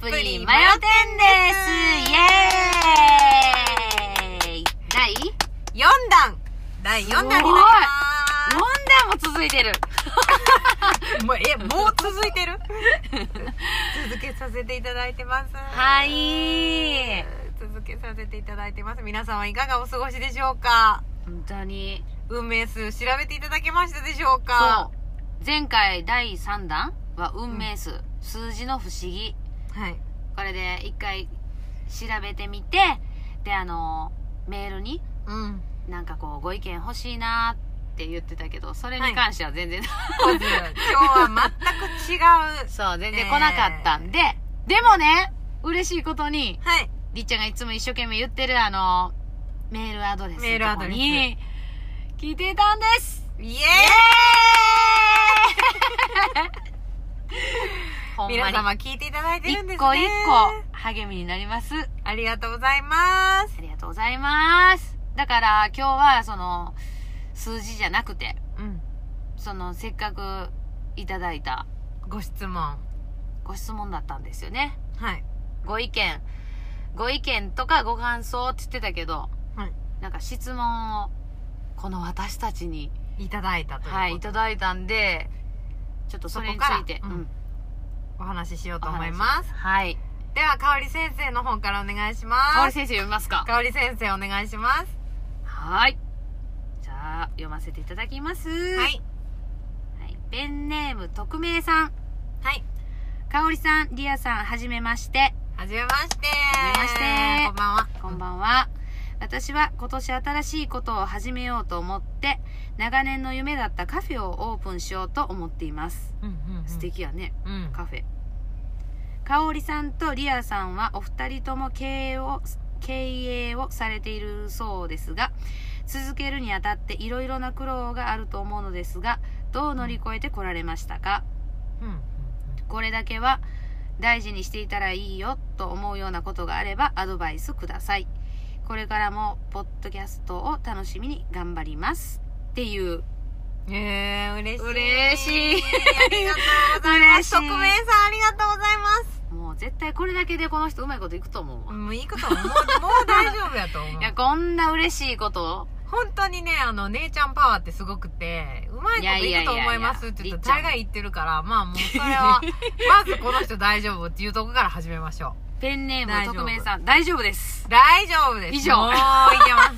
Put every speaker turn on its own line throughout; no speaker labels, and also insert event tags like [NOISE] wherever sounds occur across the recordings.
ぷりマヨテンですイエーイ第
4段第4段になりま
4段も続いてる
すもうえ、もう続いてる [LAUGHS] 続けさせていただいてます。
はい
続けさせていただいてます。皆さんはいかがお過ごしでしょうか
本当に
運命数調べていただけましたでしょ
そ
うか
う前回第3弾は運命数、数字の不思議
はい。
これで一回調べてみてであのメールに
うん。
なんかこうご意見欲しいなって言ってたけどそれに関しては全然、
今日は全く違う。
そう全然来なかったんで、でもね嬉しいことに
はい。
りっちゃんがいつも一生懸命言ってるあのメールアドレス
メールアドレ
の
ス
とこに聞いていたんです
イエー
[LAUGHS]
イ
ほんま
皆
に
様聞いていただいて
一
るんですね。
個一個励みになります
ありがとうございます。
ありがとうございますだから今日はその数字じゃなくて
うん。
そのせっかくいただいた
ご質問。
ご質問だったんですよね
はい。
ご意見ご意見とかご感想って言ってたけど、
はい
なんか質問をこの私たちに
いただいたということで、
はいいただいたんでちょっとそれについて
そこからうんお話ししようと
お
思
話
い
し
ます。
はい
では、香織先生の方からお願いし
香
ま
織
す。
先生読みますか
香織先生お願いします。
はいじゃあ読ませていただきますは、
はいい。
ペンネーム匿名さん
はい。
香織さんリアさんはじめまして
はじめまして。
はじめまして
こんばんは。
こんばんは。私は今年新しいことを始めようと思って、長年の夢だったカフェをオープンしようと思っています。
うん。うんうん
素。敵やね、
うん。
カフェ。かおりさんとりあさんはお二人とも経営を、経営をされているそうですが、続けるにあたっていろいろな苦労があると思うのですが、どう乗り越えてこられましたか
うんうん
これだけは大事にしていたらいいよと思うようなことがあればアドバイスくださいこれからもポッドキャストを楽しみに頑張りますっていう
うん。えー、嬉しい。
嬉しい
ありがとうございます。
嬉
匿
しい
名さんありがとうございます。
もう絶対これだけでこの人うまいこといくと思うわ、
もういいこと思う。もう大丈夫やと [LAUGHS] 思う
い。やこんな嬉しいこと
本当にね、あの、姉ちゃんパワーってすごくて、うまいこといくと思いますって言ったら、
いやいやいやいや
大概言ってるから、まあもうそれは、まずこの人大丈夫っていうとこから始めましょ
ペンネーム
大丈夫
匿名さん大丈夫です [LAUGHS]
う。大丈夫です。
以上
もういけます。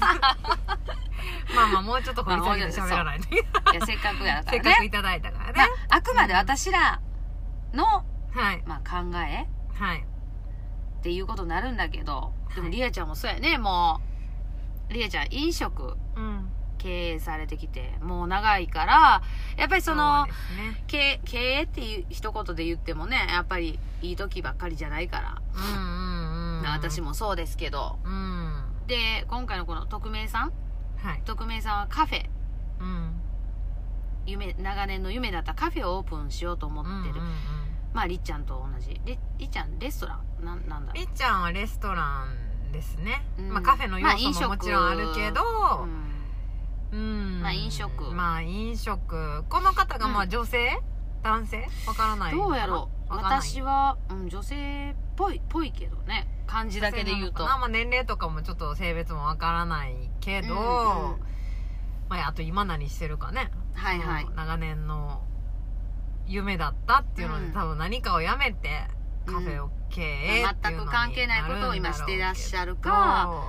[LAUGHS] まあまあ、もうちょっと掘り下げて喋らないと。 [LAUGHS]
い [LAUGHS] やせっかくやか
せっ
ら
かく
ね
いただいたからね
ま。あ、あくまで私らの、
はい。
まあ、考え
はい。
っていうことになるんだけどでも
はい
りあちゃんもそうやねもうりあちゃん飲食
うん。
経営されてきてもう長いからやっぱりその
うですね。
経経営っていう一言で言ってもねやっぱりいい時ばっかりじゃないから、
うんうんうん。
まあ私
も。
もそうですけど
うん。
で今回のこの匿名さん
はい。
匿名さんはカフェ
うん。
夢長年の夢だったカフェをオープンしようと思ってる、
うんうんうん
まありっちゃんと同じりりっちゃんレストランなんなんだろ
りっちゃんはレストランですね。
うん
まあカフェの要素ももちろんあるけど、
う、うん
うん
まあ飲食
まあ飲食この方がま
う
あ女性、男性わからない
どうやろう
わかんない
私は、うん、女性っぽいぽいけどね感じだけで言うと
女性なのかなまあ、年齢とかもちょっと性別もわからないけど、
うんうん
まあ、あと今何してるかね
はいはい
その長年の夢だったっていうので、
うん
多分何かをやめてカフェを経営っていう
全
のになるんだろうけど、
く関係ないことを今してらっしゃるか、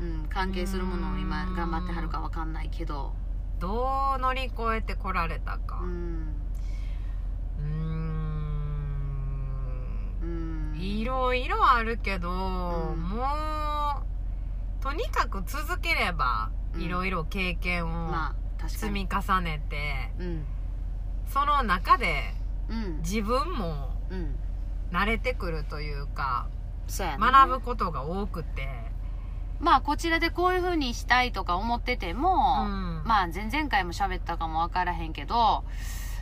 うん、関係するものを今
うん
頑張ってはるかわかんないけど、
どう乗り越えてこられたか
うん
うーん
うん、
いろいろあるけど、
ん
もうとにかく続ければ
うん
いろいろ経験を
まあ確か
積
に
み重ねて、
うん
その中で
うん
自分も
うん
慣れてくるというか
そうやね
学ぶことが多くて、
まあこちらでこういうふうにしたいとか思ってて
う
も、
ん
まあ前々回も喋ったかもわからへんけど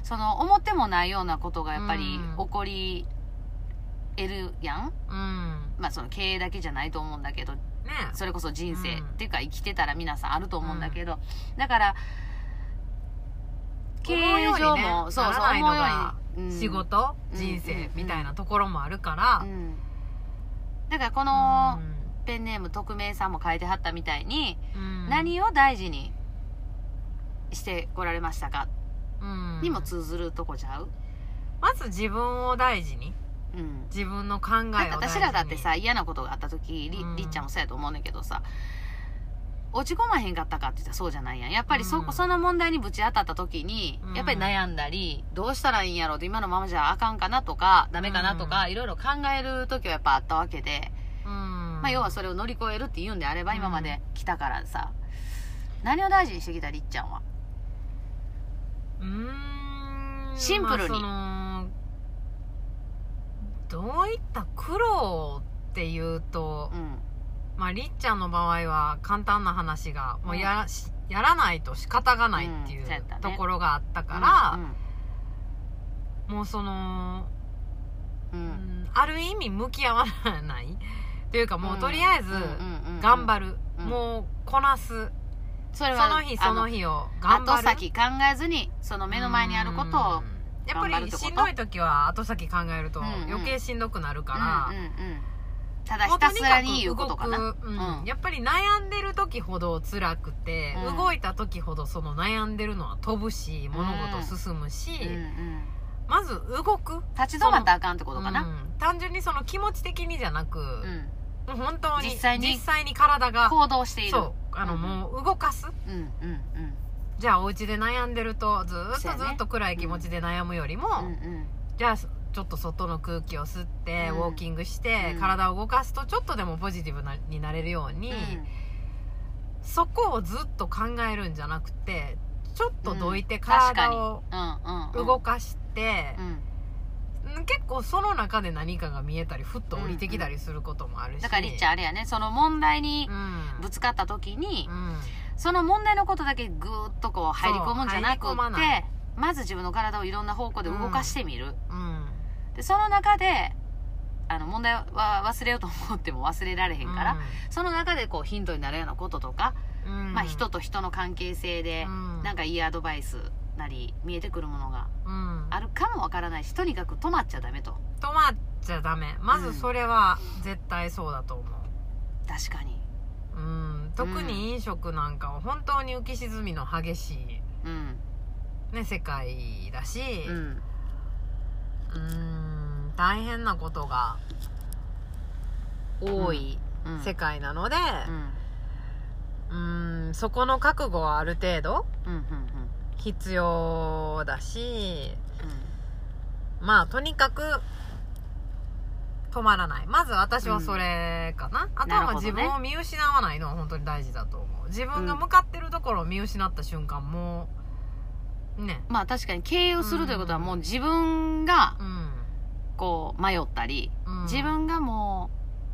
その思ってもないようなことがやっぱり
うん
起こり得るやん、
うん
まあその経営だけじゃないと思うんだけど
ね
それこそ人生、
うん
っていうか生きてたら皆さんあると思うんだけど、だから経営上も、
思うようにね
そうそう
ならない
思
の
うよ
が
うにうん
仕事、
うん
人生
うん
みたいなところもあるから、
うんだからこ
う
の
ん
ペンネーム匿名さんも書いてはったみたいに、
うん
何を大事にしてこられましたか、
うん
にも通ずるとこちゃう
まず自分を大事に
うん
自分の考えを
なん
大
か
事
私
に
らだってさ嫌なことがあった時り,、
うん
りっちゃんもそうやと思うねんだけどさ落ち込まへんかったかって言ったらそうじゃないやんやっぱりそ,、
うん
その問題にぶち当たった時に、
うん
やっぱり悩んだりどうしたらいいんやろうって今のままじゃあかんかなとかダメかなとか、いろいろ考える時はやっぱあったわけで、
うん
まあ、要はそれを乗り越えるって言うんであれば今まで来たからさ、何を大事にしてきたりっちゃんは
うーん
シンプルに
まあそのどういった苦労っていうと
う、ん
まあ、りっちゃんの場合は簡単な話がもうや,、しやらないと仕方がないっていううん
そうやったね
ところがあったから、
う
もうそ
んうん
の、う
うん
んある意味向き合わないというかもうとりあえず
うんうんうん
頑張る、
うん
もうこなす、
それ
そ
は
の日
あ
その日を頑張
後
る
先考えずにその目の前にあることを
うんやっぱ
頑張るっ
り
てこと
しんどい時は後先考えると
うんうん
余計しんどくなるから、
うんうんうん、ただ
もう
ひ
と
た
に
す
からく
に言うことかな
動くうん
うん
やっぱり悩んでる時ほど辛くて、
うん
動いた時ほどその悩んでるのは飛ぶし物事進むし、
うんうん、
まず動く
立ち止まったらあかんってことかな、
うん単純にその気持ち的にじゃなく、
うん、
もう本当に
実際に
体が
行動している
そうあの、
うん
もう動かす
う、んうんうん
じゃあお家で悩んでるとずーっ
そうや
と
ね
ずーっと暗い気持ちで悩むよりも、
うんうん、
じゃあそちょっと外の空気を吸って、
うん
ウォーキングして、
うん
体を動かすとちょっとでもポジティブなになれるように、そこをずっと考えるんじゃなくてちょっとどいて体を
うんうんうん
動かして
う、ん、
うん結構その中で何かが見えたりふっと降りてきたりすることもあるし、
だからりっちゃんあれやねその問題に
うん
ぶつかった時に
う、ん
その問題のことだけぐーっとこう入り込むんじゃなく
そう入り込ま
て
ない
まず自分の体をいろんな方向で動かしてみる、
うん
でその中であの問題は忘れようと思っても忘れられへんから、その中でこうヒントになるようなこととか、
うん、うん
まあ、人と人の関係性で
うん
なんかいいアドバイスなり見えてくるものが
うん
あるかもわからないしとにかく止まっちゃダメと
止まっちゃダメまずそれは絶対そうだと思
確かに
う、うん、特に飲食なんかは本当に浮き沈みの激しい、
うん
ね、世界だし、
うん
うん大変なことが
多い、うん
世界なので、
うん
うん、そこの覚悟はある程度
うんうん
必要だし
うん
まあとにかく止まらないまず私はそれかな、あと
なる
は
ほどね
自分を見失わないのは本当に大事だと思う自分が向かってるところを見失った瞬間もうね
まあ確かに経営をするということはもう自分が
うん、
こう迷ったり
うん
自分がも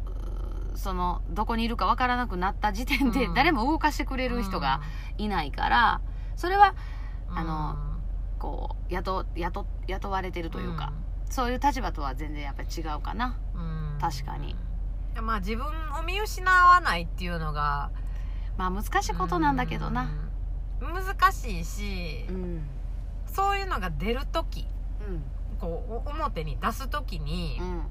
ううーそのどこにいるかわからなくなった時点で
うん
誰も動かしてくれる人がいないからそれは
うん
あのこう雇雇雇われてるというか、、そういう立場とは全然やっぱり違うかな
うんうん
確かに
まあ自分を見失わないっていうのが
まあ難しいことなんだけどな
うん難しいし、
うん
そういうのが出る時
うん
こうお表に出す時に、
うん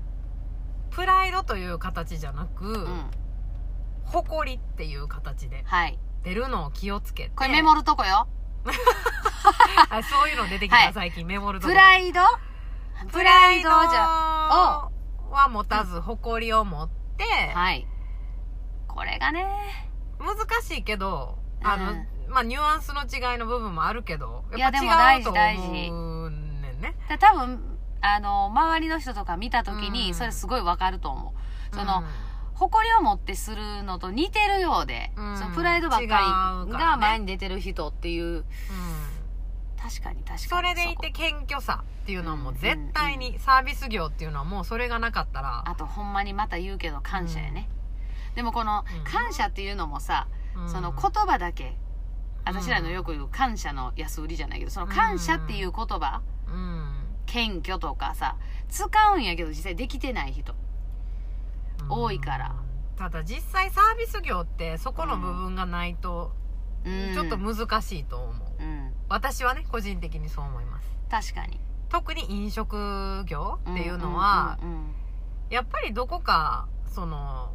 プライドという形じゃなく、
うん
誇りっていう形で
はい
出るのを気をつけて
これメモるとこよ
あそういうの出てきた、
はい
最近メモるとこ
プライドプライドじゃ
ゃは持たず誇りを持って、
はいこれがね
難しいけどあの、
うん
まあニュアンスの違いの部分もあるけど
いや
やっぱ
でも大
違う
事
と
大事
思うねんね
で多分あの周りの人とか見た時に
うん
それすごいわかると思うその、
うん
誇りを持ってするのと似てるようで、
うん
そのプライドばっ
違う
かり
から
が
ね
前に出てる人っていう
うん
確かに確かに
それでい
こ
て謙虚さっていうのはもう絶対に、サービス業っていうのはもうそれがなかったら、
あとほんまにまた言うけど感謝やね、でもこの
うん
感謝っていうのもさ、
うん
その言葉だけ私らのよく言う感謝の安売りじゃないけどその感謝っていう言葉
うん
謙虚とかさ使うんやけど実際できてない人多いから
ただ実際サービス業ってそこの部分がないと
うん
ちょっと難しいと思
う
う、
ん
私はね個人的にそう思います
確かに
特に飲食業っていうのは、
うんうん
やっぱりどこかその、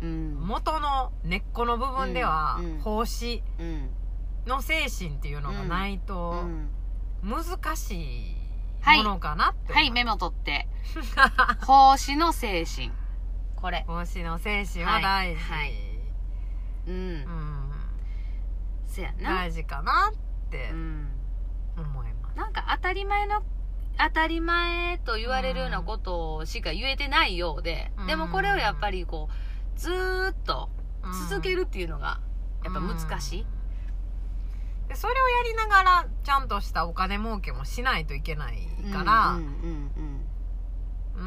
う
うん
ん
元の根っこの部分では、
うんうん
奉仕
うん
の精神っていうのがないと
うんうん
難し
はい
いものかなって思う、
はいメモ取って
[LAUGHS]
奉仕の精神これ
奉仕の精神は大事、
はいはいうん
うん、
せやな
大事かなって
うん
思います、
なんか当たり前の当たり前と言われるようなことしか言えてないようで、
うん
でもこれをやっぱりこうずーっと続けるっていうのがやっぱ難しい、
うんでそれをやりながらちゃんとしたお金儲けもしないといけないか
う
ら
ん、うん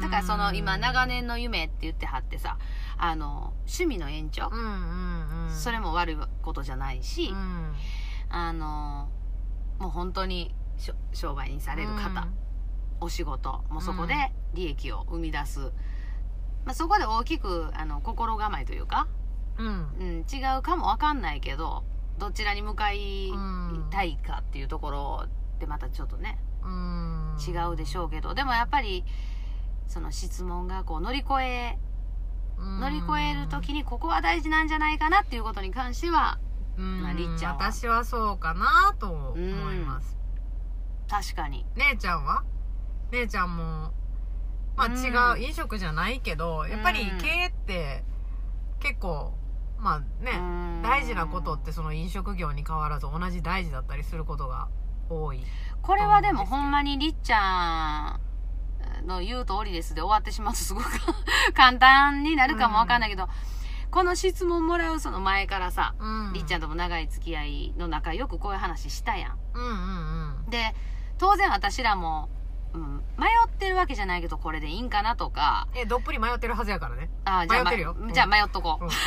うんだからその今長年の夢って言ってはってさあの趣味の延長、
うんうんうん
それ
も
も悪いことじゃないし、
うん、
あのもう本当にしょ商売にされる方、お仕事もうそこで利益を生み出す、まあ、そこで大きくあの心構えというか、
うん、うん
うん、違うかもわかんないけどどちらに向かいたいかっていうところでまたちょっとね
うん
違うでしょうけどでもやっぱりその質問がこう乗り越え
うん
乗り越える時にここは大事なんじゃないかなっていうことに関しては
うん
まありっちゃんは
私はそうかなと思います、
確かに
姉ちゃんは姉ちゃんもまあ
うん
違う、飲食じゃないけどやっぱり
うん
経営って結構まあね、
うん
大事なことってその飲食業に変わらず同じ大事だったりすることが多い
これはでもほんまにりっちゃんの言う通りですで終わってしまうとすごく [LAUGHS] 簡単になるかもわかんないけど、この質問もらうその前からさ、
うん
りっちゃん
と
とも長い付き合いの中よくこういう話したやん
うんうんうん
で当然私らも、うん、迷ってるわけじゃないけどこれでいいんかなとか
えどっぷり迷ってるはずや
[LAUGHS]
からね、
あーじゃあ
迷ってるよ
まじゃあ迷っとこう、
うんそ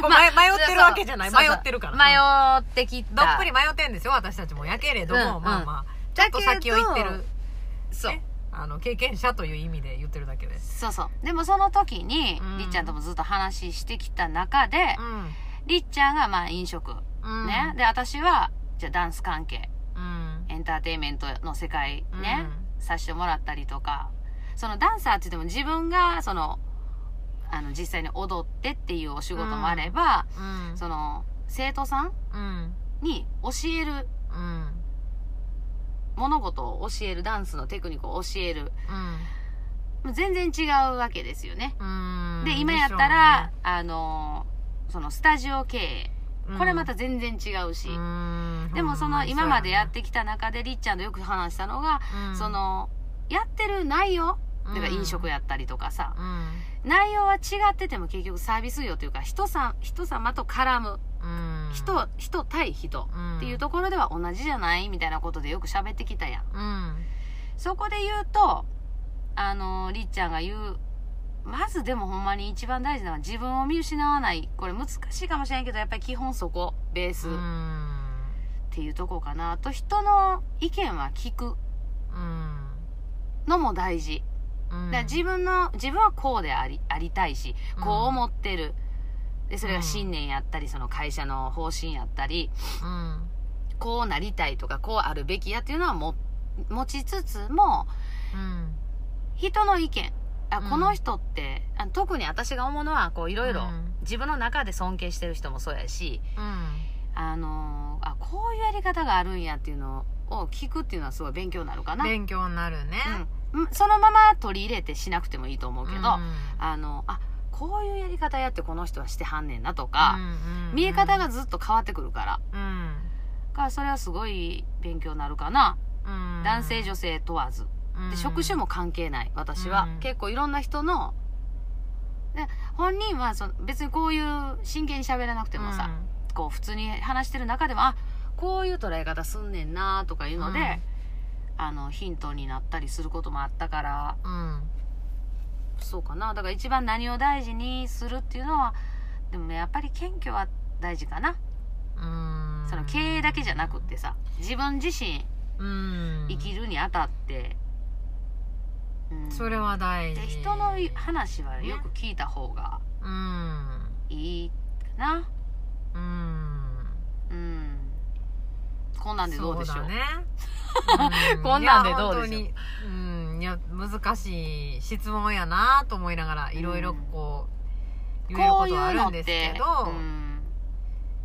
こ、ま、迷ってるわけじゃない
そうそう
迷ってるから
迷ってきた
どっぷり迷ってんですよ私たちもやけれども、
うん
まあまあちょっと先を行ってる
そう
ねあの経験者という意味で言ってるだけで
そうそうでもその時に、
うん
りっちゃんともずっと話してきた中で、りっちゃんがまあ飲食、
うん
ねで私はじゃあダンス関係
うん
エンターテインメントの世界
うん
ね、さしてもらったりとかそのダンサーって言っても自分がそのあの実際に踊ってっていうお仕事もあれば、
うん
その生徒さん
うん
に教える
うん
物事を教えるダンスのテクニックを教える
うん
全然違うわけですよね。
うん
で今やったら、あのそのスタジオ経営
でしょうね
これまた全然違うし、
うん
でもその今までやってきた中でりっちゃんとよく話したのが、
うん
そのやってる内容だから飲食やったりとかさ、
うん
内容は違ってても結局サービス業というか人さん人様と絡む
うん
人人対人っていうところでは同じじゃないみたいなことでよく喋ってきたやん
うん
そこで言うとあのりっちゃんが言うまずでもほんまに一番大事なのは自分を見失わないこれ難しいかもしれんけどやっぱり基本そこベースっ
うん
ていうとこかなあと人の意見は聞く
うん
のも大事
うん
だから自分の自分はこうでありありたいし
うん
こう思ってる、でそれが信念やったりその会社の方針やったり
うん
こうなりたいとかこうあるべきやっていうのはも持ちつつも
うん
人の意見あ
うん
この人って、あ特に私が思うのはこういろいろ
うん
自分の中で尊敬してる人もそうやし、
うん
あのーあこういうやり方があるんやっていうのを聞くっていうのはすごい勉強になるかな、
勉強になるね
うん、そのまま取り入れてしなくてもいいと思うけど、
うん
あのあこういうやり方やってこの人はしてはんねんなと
う
か、
んうん
見え方がずっと変わってくるから
うん
だからそれはすごい勉強になるかな、
うん
男性女性問わずで職種も関係ない私は、
うん
結構いろんな人ので本人はその別にこういう真剣に喋らなくてもさ、こう普通に話してる中でもあこういう捉え方すんねんなとかいうので、
うん
あのヒントになったりすることもあったから
うん
そうかなだから一番何を大事にするっていうのはでもねやっぱり謙虚は大事かな、
うん
その経営だけじゃなくってさ自分自身
うん
生きるにあたって、うん
それは大
で
事
人の話はよく聞いた方が
うん
いいかな
うん
うんこんなんでどうでしょう [LAUGHS]
そだねう
こんなんでどうでしょう
いや本当にうんいや難しい質問やなと思いながらいろいろこう、言える
こ
こ
うい
とはあ
う
る
の
ん
っ
です
て
けど
うん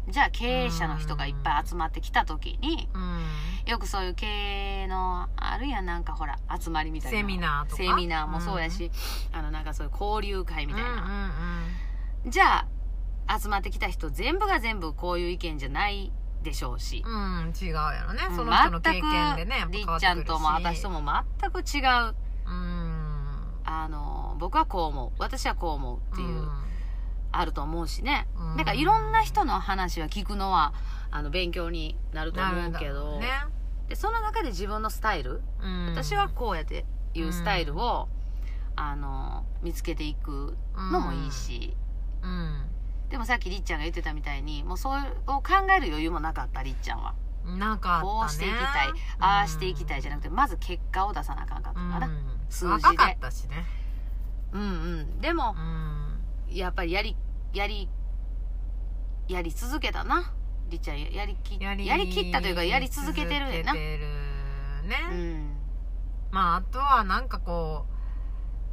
じゃあ経営者の人がいっぱい集まってきた時に
うん
よくそういう経営のあるやんなんかほら集まりみたいな
セミナーとか
セミナーもそうやし、あのなんかそういう交流会みたい
うんうん
な、
うん
じゃあ集まってきた人全部が全部こういう意見じゃないでしょうし、
うん、違うやろね、
うん
その人の経
全く
験でねやっぱ
り
変
っ
わっ
ち
て
ゃ
くるし
んとも私とも全く違う
うん
あの僕はこう思う私はこう思うっていう、あると思うしね
うん
だからいろんな人の話は聞くのはあの勉強になると
な
思
るん
う
だ
けど、
ね、
でその中で自分のスタイル、
うん
私はこうやっていうスタイルを、あの見つけていくのもいい、し、
うん
でもさっきりっちゃんが言ってたみたいにもうそれを考える余裕もなかったりっちゃんは
うんなんかあったね
こうしていきたいああしていきたいじゃなくてまず結果を出さなあかんかったから、
うん
数字で
若かったしね
うんうんでも
うん
やっぱりやりやりやり続けたなりっちゃんやりきやりきったというかやり続けてるねんな
続けてるね、
うん
まああとはなんかこ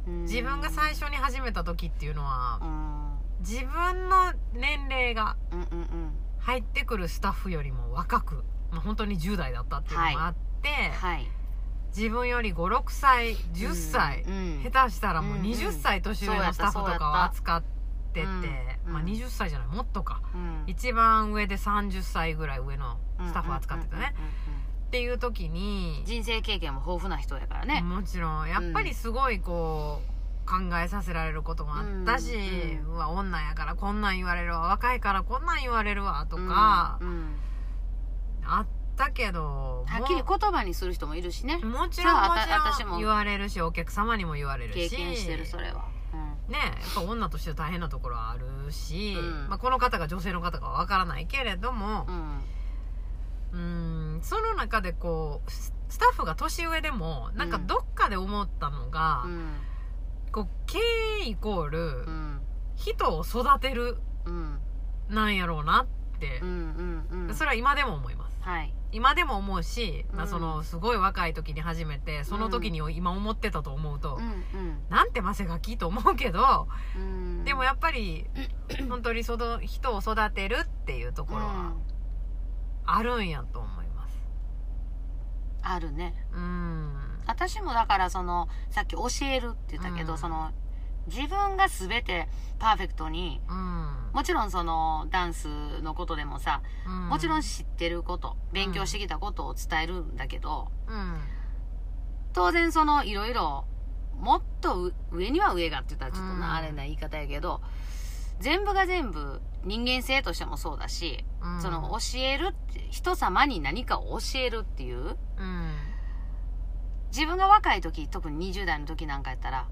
うん
う自分が最初に始めた時っていうのは
うん
自分の年齢が
うんうんうん
入ってくるスタッフよりも若く、まあ、本当に10代だったっていうのもあって、
はい
自分より56歳10歳
う、ん
下手したらもう
うんうん
20歳年上のスタッフとかを扱ってて、
そうやったそうやったうん
まあ、20歳じゃないもっとか
うん
一番上で30歳ぐらい上のスタッフを扱ってたね、
うんうんうんうん
っていう時に、
人生経験も豊富な人やからね
もちろんやっぱりすごいこう。考えさせられることもあったし、
う
うんわ女やからこんなん言われるわ若いからこんなん言われるわとか
う、んうん
あったけど
はっきり
も
言葉にする人もいるしね
うもち
そ
ろ
うんあ
も
た
ち
私
ろ
も
ん言われるしお客様にも言われる
経
し
験してるそれはう
ねやっぱ女として大変なところはあるし、
うん
まあ、この方が女性の方かわからないけれども
んうん
うーんその中でこうススタッフが年上でもなんか
うん
どっかで思ったのが、
うん
こう経営イコール
うん
人を育てる
うん
なんやろうなって
う、んうんうん
それは今でも思います
はい
今でも思うし、ま
う
あ、
ん
そのすごい若い時に始めてその時に今思ってたと思うと、
うん
なんてマセガキと思うけど
うんうん
でもやっぱり本当にその人を育てるっていうとこ
う
ろは
ん
あるんやと思います
あるね
うん
私もだからそのさっき教えるって言ったけど、
うん
その自分が全てパーフェクトに
うん
もちろんそのダンスのことでもさ、
うん
もちろん知ってること勉強してきたことを伝えるんだけど、
うん
当然そのいろいろもっとう上には上がって言ったらちょっとな、
うん
あれな言い方やけど全部が全部人間性としてもそうだし、
うん
その教えるって人様に何かを教えるっていう
うん
自分が若い時特に20代の時なんかやったら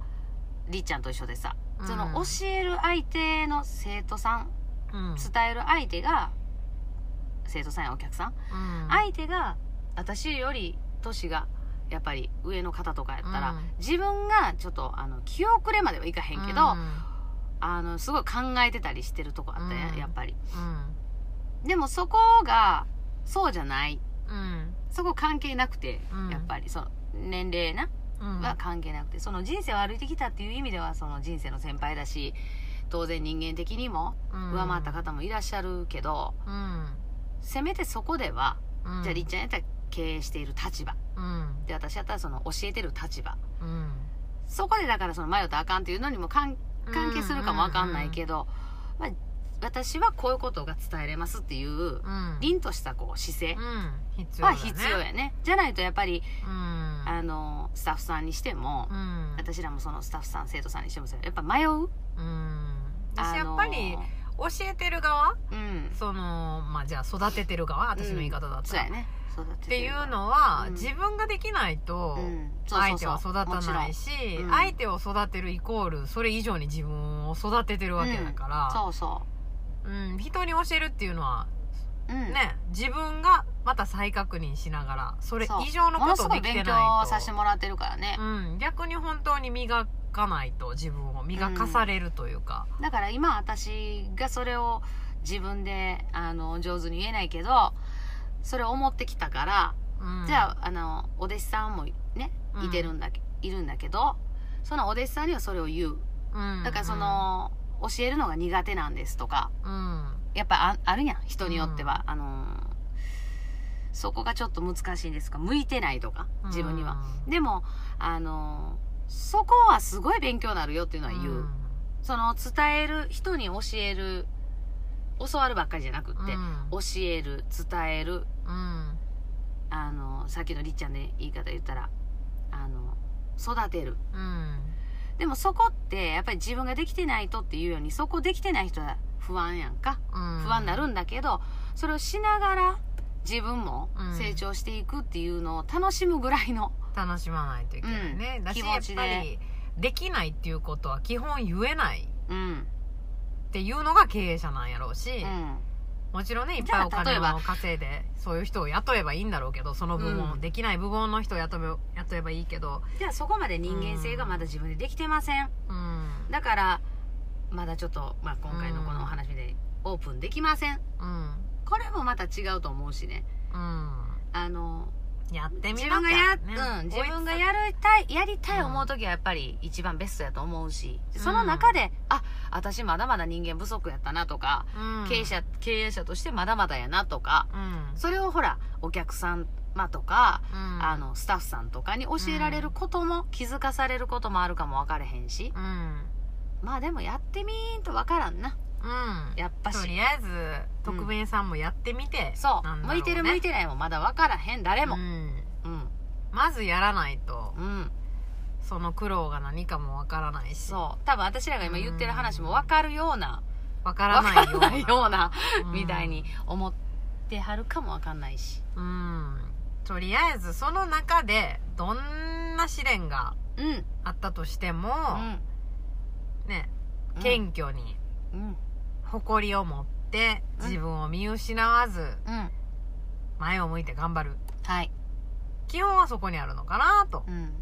りっちゃんと一緒でさ
うん
その教える相手の生徒さん
うん
伝える相手が生徒さんやお客さん
うん
相手が私より年がやっぱり上の方とかやったら、
うん
自分がちょっとあの気遅れまではいかへんけど、
う
あのすごい考えてたりしてるとこあったや,、
うん
ん、やっぱり
ん
でもそこがそうじゃない
うん
そこ関係なくて、
うん
やっぱりその年齢な
うん
は関係なくて、その人生を歩いてきたっていう意味ではその人生の先輩だし当然人間的にも
うん
上回った方もいらっしゃるけど、
うん
せめてそこでは、
うん
じゃありっちゃんやったら経営している立場
うん
で私やったらその教えてる立場
うん
そこでだからその迷ったらあかんっていうのにも関関係するかもわかんないけど、まあ、私はこういうことが伝えれますっていう
うん
凛としたこう姿勢
うん必要
は
だね
必要やねじゃないとやっぱり
うん
あのスタッフさんにしても、
うん
私らもそのスタッフさん生徒さんにしてもさやっぱ迷う
うん私
あ
や
の
っぱり教えてる側
うん
そのまあじゃあ育ててる側私の言い方だった
そう
ら、
や
っ
ねそうだって
いうのは、
うん
自分ができないと、
うんそうそ
相
う
手
そう
は育たないし
ちろんうん
相手を育てるイコールそれ以上に自分を育ててるわけだか
そうそ
ら、うん人に教えるっていうのは
ううん
ね自分がまた再確認しながらそれ以上の
も
こ
のす
と
ご
で
い
きてない
勉
と
強させてもらってるからね、
うん、逆に本当に磨かないと自分を磨かされるというか、
だから今私がそれを自分であの上手に言えないけどそれを思ってきたから
うん
じゃああのお弟子さんもね
うん
いてるんだけ、いるんだけどそのお弟子さんにはそれを言う
うん
だからその、教えるのが苦手なんですとか
うん
やっぱああるやん人によっては、あのーそこがちょっと難しいんですが向いてないとか自分には、でもあのーそこはすごい勉強になるよっていうのは言う、その伝える人に教える教わるばっかりじゃなくって、教える伝える
うん
あのさっきのりっちゃんの言い方言ったらあの育てる
うん
でもそこってやっぱり自分ができてないとっていうようにそこできてない人は不安やんか
うん
不安になるんだけど、それをしながら自分も
うん
成長していくっていうのを楽しむぐらいの、
楽しまないといけないね、
うん
だし
気
や
持
っ
ちで
ぱりできないっていうことは基本言えない
うんうん
っていうのが経営者なんやろうし、もちろんねいっぱいお
じ
金
ゃあ例えば
を稼いでそういう人を雇えばいいんだろうけどその部門、
うん
できない部門の人を雇えば雇えばいいけど
じゃあそこまで人間性がまだ自分でできてません
うん
だからまだちょっと、まあ、今回のこのお話でオープンできません
うん
これもまた違うと思うしね
うん
あの
やってみ
自
な
分
き
が
ゃ
や、
ね
うん、自分が
追いつ
やりたい、やりたい
うん
思う時はやっぱり一番ベストやと思うし、
うん
その中で、あ、私まだまだ人間不足やったなとか、
うん
経営者、経営者としてまだまだやなとか、
うん
それをほら、お客様とか、
うん
あの、スタッフさんとかに教えられることも、気づかされることもあるかもわからへんし、
うん
まあでもやってみーんとわからんな、
うん
やっぱし
と。りあえず特命さんもやってみて、
そう、
なんだろ
向いてる向い
て
てないもまだわからへん、誰も
う。ん
うん、
まずやらないと
うん。
その苦労が何かもわからないしわ
そう。多分私らが今言ってる話もわかるような、
からないよう
わ
な
からないような、
うん
[LAUGHS] みたいに思ってはるかもわかんないし。
うんとりあえずその中でどんな試練が
うん。うん。
あったとしても、ね謙虚に
うん。
誇りを持って
うん
自分を見失わず
うん。
前を向いて頑張る
はい。
基本はそこにあるのかなと
うん。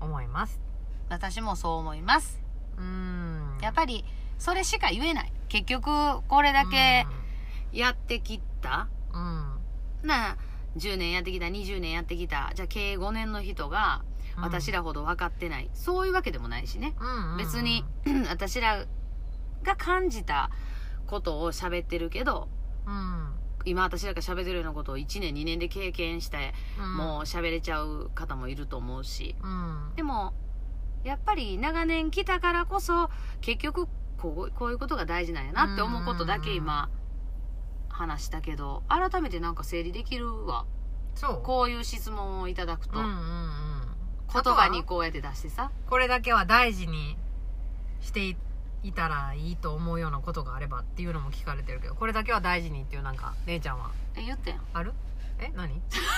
思います
私もそう思います。
うん
やっぱり、それしか言えない。結局、これだけやってきた。
うん、うん
なあ、10年やってきた、20年やってきた。じゃあ、経営5年の人が、私らほど分かってない。そういうわけでもないしね。 [CLEARS THROAT]
うん、うん
別に、私らが感じたことを喋ってるけど、
うん、
今私らが喋ってるようなことを1年2年で経験して
うん
もう喋れちゃう方もいると思うし
うん
でもやっぱり長年来たからこそ結局こうこういうことが大事なんやなって思うことだけ今話したけど改めてなんか整理できるわ
そう
こういう質問をいただくと
うんうんうん
言葉に
あとは
こうやって出してさ
これだけは大事にしていいたらいいと思うようなことがあればっていうのも聞かれてるけどこれだけは大事にっていうなんか姉ちゃんは
え言ったやん
あるえ何
[LAUGHS]
これだ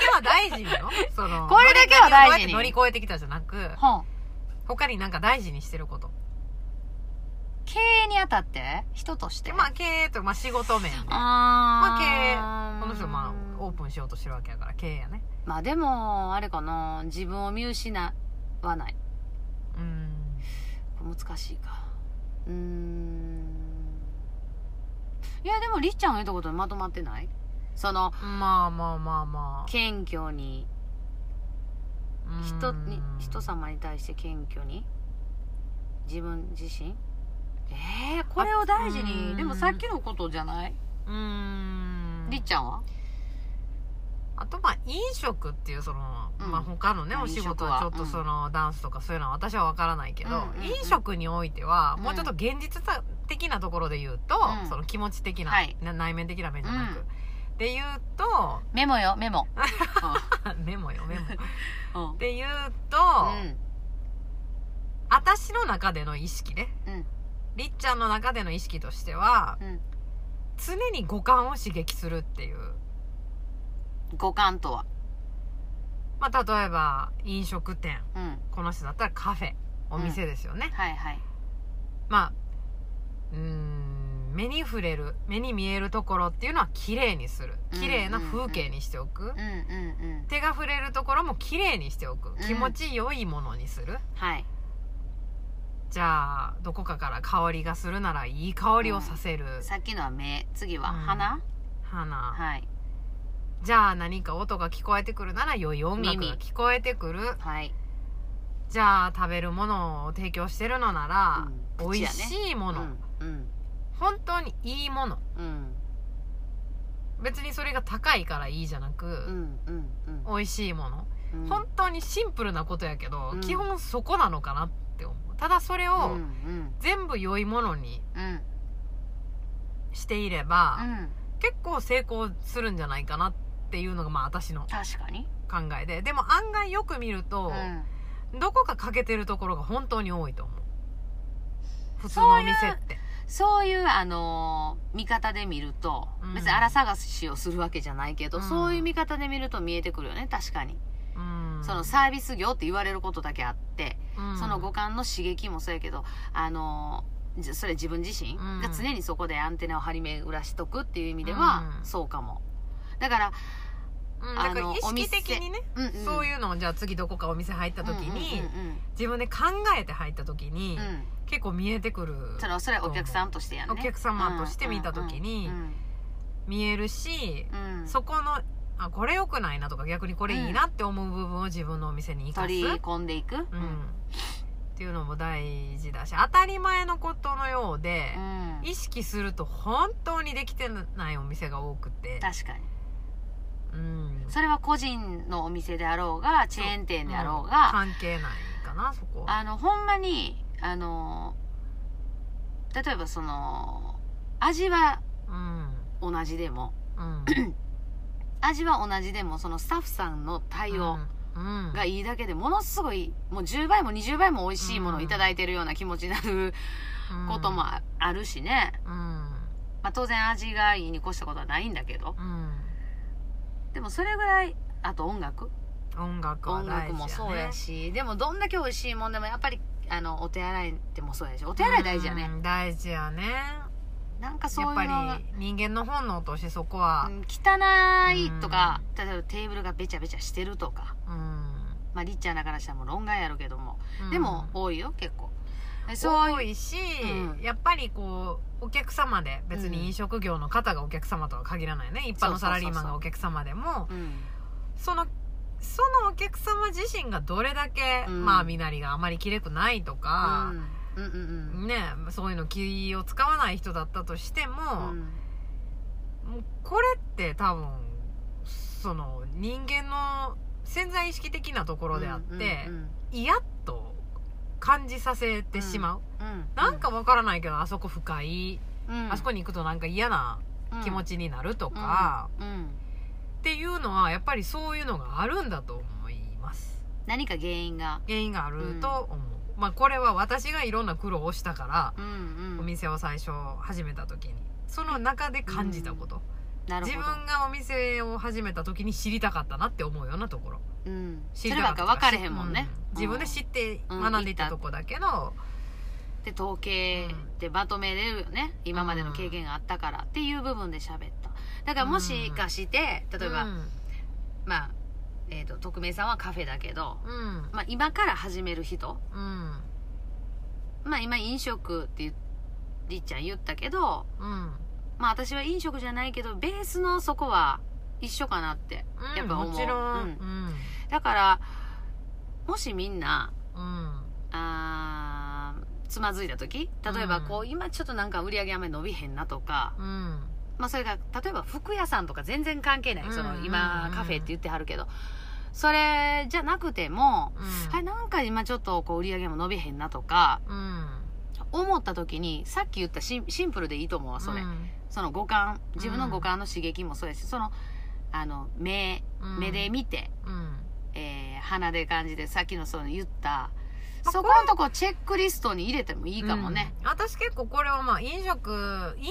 けは大事によその
これだけは大事に
乗り越えてきたじゃなく
本
他になんか大事にしてること
経営にあたって人として
でまあ経営と、まあ、仕事面で
あー
まこの人まあオープンしようとしてるわけやから経営やね
まあでもあれかな自分を見失わない
うん
難しいかうーんいやでもりっちゃんが言ったことにまとまってないその
まあまあまあまあ
謙虚に人に
うん
人様に対して謙虚に自分自身えー、これを大事
う
に
ん
でもさっきのことじゃない
うん
りっちゃんは
あとまあ飲食っていうその、
うん
まあ他のね
まあ
お仕
飲食
事
は
はちょっとその、ダンスとかそういうのは私は分からないけど、
うんうんうん
飲食においては
うん
もうちょっと現実的なところで言うと、
うん
その気持ち的な、
はい
な内面的な面じゃなく、
うん
で言うと [LAUGHS]
メモよメモ
メモよメ
[LAUGHS]
モ
うんうん
で言うと、私の中での意識ね、
うん
りっちゃんの中での意識としては
うん
常に五感を刺激するっていう
五感とは
まあ例えば飲食店
うん
この人だったらカフェお店ですよね、
はいはい
まあうーん目に触れる目に見えるところっていうのは綺麗にする
うん
綺麗な風景にしておく、
うんうんうん
手が触れるところも綺麗にしておく
ん
気持ち良いものにする、
はい
じゃあどこかから香りがするならいい香りをさせる、
さっきのは目次は
うん
鼻、
花、
はい
じゃあ何か音が聞こえてくるなら良い音楽が
耳
聞こえてくる
はい、
じゃあ食べるものを提供してるのなら、
うん口
美味
やね
しいもの、
うん
本当にいいもの
うん
別にそれが高いからいいじゃなく、
うんうんうん
美味しいもの、
うん
本当にシンプルなことやけど、
うん
基本そこなのかなって思うただそれ
う
を
んうん
全部良いものに
うん
していれば、
うん
結構成功するんじゃないかなっていうのがまあ私の
確かに
考えででも案外よく見る
う
と、
ん
どこか欠けてるところが本当に多いと思う普通のお店って
そういう、あのー見方で見ると、
うん
別に荒探しをするわけじゃないけど、
うん
そういう見方で見ると見えてくるよね、確かに。
うん
そのサービス業って言われることだけあって、
うん
その五感の刺激もそうやけど、あのーじそれ自分自身
うん
が常にそこでアンテナを張り巡らしとくっていう意味では、
うん
そうかも。だから、
うんだから
あの
意識的にね
うんうん
そういうのをじゃあ次どこかお店入った時に、
う
自分で考えて入った時に、
んうんうんうん
結構見えてくる
それはそれはお客さんとしてやね。
お客様として見た時に
うん
見えるし、
うんうん
そこのあこれ良くないなとか逆にこれいいなって思う部分を自分のお店に生かす、
取り込んでいく。
うんっていうのも大事だし当たり前のことのようで、
うん
意識すると本当にできてないお店が多くて、
確かに。
うん、
それは個人のお店であろうがチェーン店であろう
うん
が、
関係ないかなそこは
あのほんまにあの例えばその味は
うん
同じでも
うん
味は同じでもそのスタッフさんの対応
うん
がいいだけでものすごいもう10倍も20倍も美味しいものをいただいてるような気持ちになることもああるしね、
うん
まあ、当然味がいいに越したことはないんだけど
うん
でもそれぐらいあと音楽
音楽は
音
大事や、ね、
楽もそうやしでもどんだけ美味しいもんでもやっぱりあのお手洗いでもそうやしお手洗い大事やね
うん大事やね
なんかそういう
や
の
っ
が
ぱり人間の本能としてそこは
うん汚いとか例えばテーブルがべちゃべちゃしてるとか
うん、
まあリッチャーだからしたらもう論外やろうけども
うん
でも多いよ結構でそう
多
いう
いし、
うん
やっぱりこうお客様で別
うん
に飲食業の方がお客様とは限らないね、一般のサラリーマンがお客様でも
うん
そのそのお客様自身がどれだけ、
うん
まあ身なりがあまりきれくないとか、
うんうんうん
ねそういうの気を使わない人だったとして
う
も、
ん
もうこれって多分その人間の潜在意識的なところであって、
うんうん
嫌と感じさせてしまう、
うん
なんかわからないけどあそこ深い、
うん
あそこに行くとなんか嫌な気持ちになるとか、
うんうん
っていうのはやっぱりそういうのがあるんだと思います
何か原因が
原因があると思う、まあこれは私がいろんな苦労をしたから、
うんうん
お店を最初始めた時にその中で感じたこと、
なる
自
ほど
分がお店を始めた時に知りたかったなって思うようなところ
うんそ
知り
れ
た
ばっ
った
か分かれへんもんね
う自分で知って学んでいったとこだけど、
で統計でまとめれるよね、今までの経験があったからっていう部分で喋っただからもしかして、例えば、
うん
まあ、えー、と匿名さんはカフェだけど、
うん
まあ、今から始める人
うん
まあ今飲食って言うりっちゃん言ったけど
うん
まあ私は飲食じゃないけどベースのそこは一緒かなって
うん
やっぱ思う
もちろん、
うん
うん
だからもしみんな
うん
あーつまずいた時例えばこう、今ちょっとなんか売り上げあんまり伸びへんなとか、
うん
まあ、それが例えば服屋さんとか全然関係ない、
うん
そ
うん
の
うん
今カフェって言ってはるけどそれじゃなくても、
うん
あなんか今ちょっとこう売り上げも伸びへんなとか
うん
思った時にさっき言ったシンシンプルでいいと思うわそれ、
うん
その五感自分の五感の刺激もそうやしそのあの目
うん
目で見て、
うん
えー鼻で感じてさっきのその言った
まあ
そこのとこチェックリストに入れてもいいかもね、、
うん私結構これはまあ飲食飲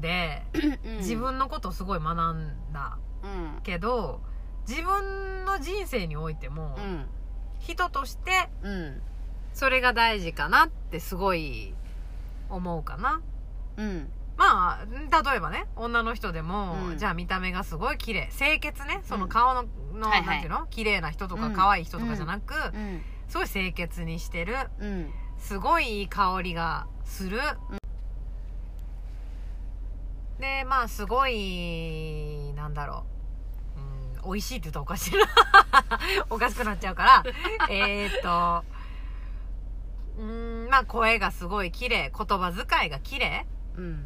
[CLEARS THROAT]
で
うん
自分のことをすごい学んだ
うん
けど自分の人生においても、
うん
人として
うん
それが大事かなってすごい思うかな
うん
まあ例えばね女の人でも、
うん
じゃあ見た目がすごい綺麗清潔ねその顔の,、の
はいはい
なんていうの綺麗な人と
う
か
ん
可愛い人とかじゃなく、
うん
すごい清潔にしてる
うん
すごいいい香りがする、でまあすごいなんだろうう美味しいって言ったらおかしいな [LAUGHS] おかしくなっちゃうからえーっとうーんまあ声がすごい綺麗言葉遣いが綺麗
うん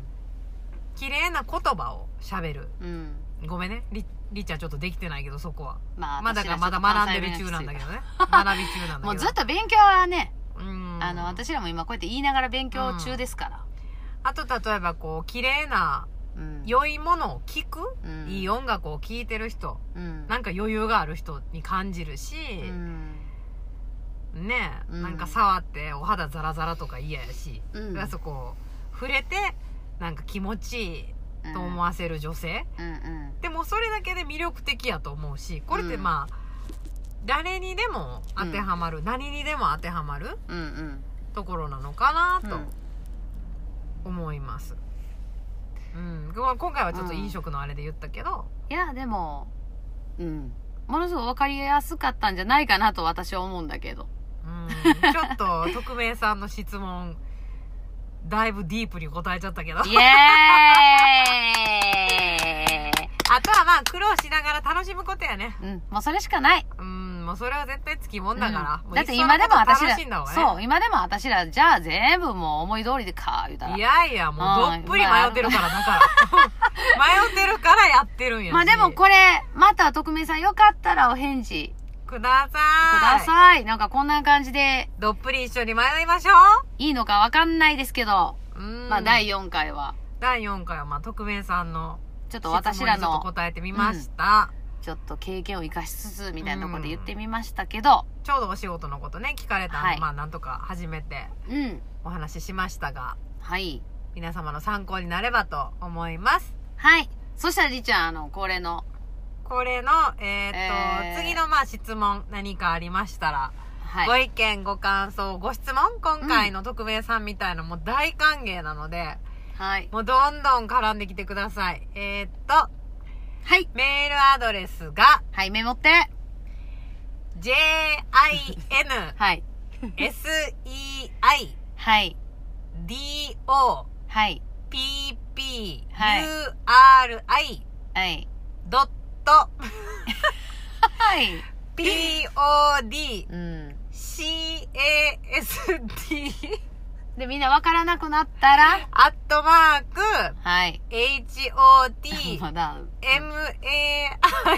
綺麗な言葉を喋る
うん
ごめんねりりっちゃんちょっとできてないけどそこは
まあ
まだ
私
からまだ学んでる中なんだけどね学び中なんだけど
[LAUGHS] もうずっと勉強はね、
うーん
あの私らも今こうやって言いながら勉強中ですから、
あと例えばこう綺麗な
うん
良いものを聞く、
うん
いい音楽を聴いてる人
うん
なんか余裕がある人に感じるし、
うん
ねえ、
うん
なんか触ってお肌ザラザラとか嫌やし、
う
だ
ん
からそこ触れてなんか気持ちいいと思わせる女性、
うんうん
でもそれだけで魅力的やと思うしこれって
うん
まあ、誰にでも当てはまる、何にでも当てはまる
うんうん
ところなのか
う
なんと思います、うんまあ今回はちょっと飲食のあれで言ったけど、
いやでもうんものすごく分かりやすかったんじゃないかなと私は思うんだけど
うんちょっと匿名さんの質問だいぶディープに答えちゃったけどあ
イエーイ
とはまあ苦労しながら楽しむことやね
うんもうそれしかない
うんもうそれは絶対つきもんだから、
うん
もう
だって今でも私
いっ
ら
そのこと楽しんだ方がね
そう今でも私らじゃあ全部もう思い通りでか言うたら
いやいやもう
うん
どっぷり迷ってるからだから [LAUGHS] 迷ってるからやってるんやし
まあでもこれまた匿名さんよかったらお返事
くださ
く
い
ださい、なんかこんな感じで
どっぷり一緒に迷いましょ
いいのかわかんないですけど、
ううん
まあ第4回は
第4回はまあ匿名さんの
ちょっ
質
と
問に
私ら
ちょっと
の
答えてみました、
ちょっと経験を生かしつつみたいなところで言ってみましたけど
ちょうどお仕事のことね聞かれたんで、
はい
まあなんとか初めて
うん、
お話ししましたが
はい
皆様の参考になればと思います
はいそしたらりちゃんあの恒例の
これの、えーっと
えー
次のまあ質問何かありましたら、
はい
ご意見ご感想ご質問今回の匿名さんみたいのも大歓迎なので、
はい
もうどんどん絡んできてくださいえーっと
はい、
メールアドレスが
はい、メモって
jin
はい
seido
はいはい
ppuri
はい
ドット
はい
podcast
うん
[LAUGHS]
でみんなわからなくなったら
アットマーク
はい [LAUGHS]
hotmail
まだは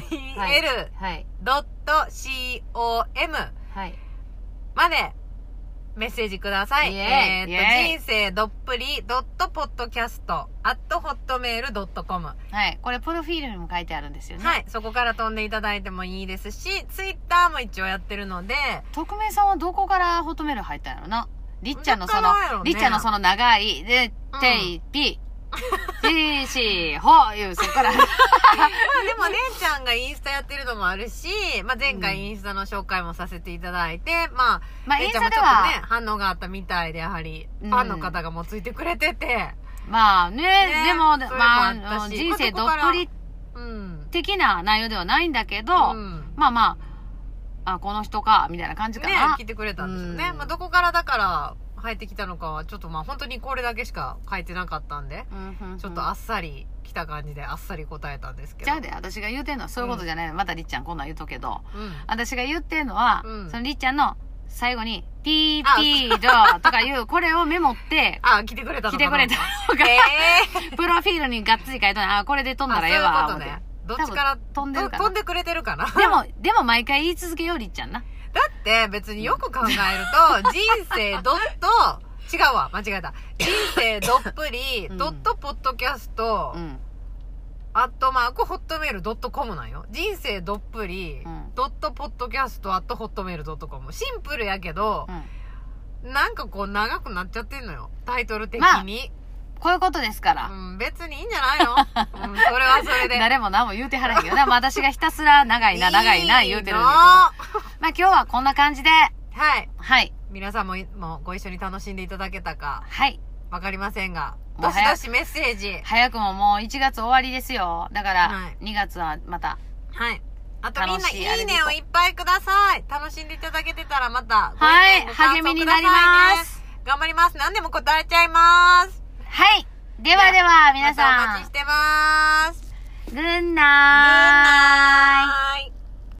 い
ドット com
はい
までメッセージください。
イ
え
エーイイエーイ
ーっと、人生どっぷりドットポッドキャストアットホットメールドットコム。
はいこれプロフィールにも書いてあるんですよね、
はい。そこから飛んでいただいてもいいですし、ツイッターも一応やってる
[LAUGHS]
ので、
匿名さんはどこからホットメール入ったんやろなりっちゃんのそ
ど
の
っからやろ、ね
りっちゃんのその長い、で、
うん
てい、
[LAUGHS]
ぴ、し、し、ほ、いう、そっから。
まあでも、姉ちゃんがインスタやってるのもあるし、まあ前回インスタの紹介もさせていただいて、ま
ま
あ、
あ、インス
姉ちゃんも
タで
ちょっとね
は、、
反応があったみたいで、やはり、
う
フ
ん
ァンの方がもうついてくれてて、
まあね、でも、
それも
まあ
あったし
あの、人生
まあ
ど
ど
っ
こから
ぷり
うん。
的な内容ではないんだけど、
うん
まあまあ、あ、この人か、みたいな感じか
ね
な。
来てくれたんでしょうね。
うん
まあどこからだから入ってきたのかは、ちょっとまあ本当にこれだけしか書いてなかったんで、
うんうんうん
ちょっとあっさり来た感じであっさり答えたんですけ
じ
ど。
ゃあで、私が言うてんのは、そういうことじゃないの。またりっちゃんこんなん言うとくけど、
うん。
私が言ってんのは、
うん
そのりっちゃんの最後に、ピー
あ
ピードとかいう、これをメモって、
あ、来てくれた
来
のか
て
な
くれたのが、
[LAUGHS] え
[LAUGHS]
えー。
プロフィールにがっつり書いとんねんあ、これで飛んだらええ
あ
わ。
そういうこ
思
と
っ
ね
て。
どっちから
多分飛んでるかな
飛んでくれてるかなだ
でも、でも毎回言い続けよう、りっちゃんな。
って別によく考える
[LAUGHS]
と、人生ドット、違うわ、間違えた。人生どっぷり、
うん
ドットポッドキャスト
う、ん。
アットマークホットメールドットコムなんよ。人生どっぷり、
うん
ドットポッドキャストアットホットメールドットコム。シンプルやけど
う、ん。
なんかこう長くなっちゃってんのよ。タイトル的
まあ
に。
こういうことですから。
うん、別にいいんじゃないの、うん、それはそ
[LAUGHS]
れで。
誰も何も言うてはらへんけどな。まあ私がひたすら長いな、長いな、言うてるん
の
だ
は
けど。まあ今日はこんな感じで、
い。
はい、
皆さんもいもうご一緒に楽しんでいただけたか
はい。
わかりませんが、
もう
どし
早
どしメッセージ。
早くももう1月終わりですよ。だから
はい、
2月はまた、
はい。あとみんな
楽
い
しいあれ
い
で
ねをいっぱいください。楽しんでいただけてたらまたご
は
意
い、
見ご感想
励みに
くだ
な
さい
り
ね
ます。
頑張ります。何でも答えちゃいます。
はい。ではでは、皆
またお待
さ
ちし
ん、
てます。
Good night.
はい。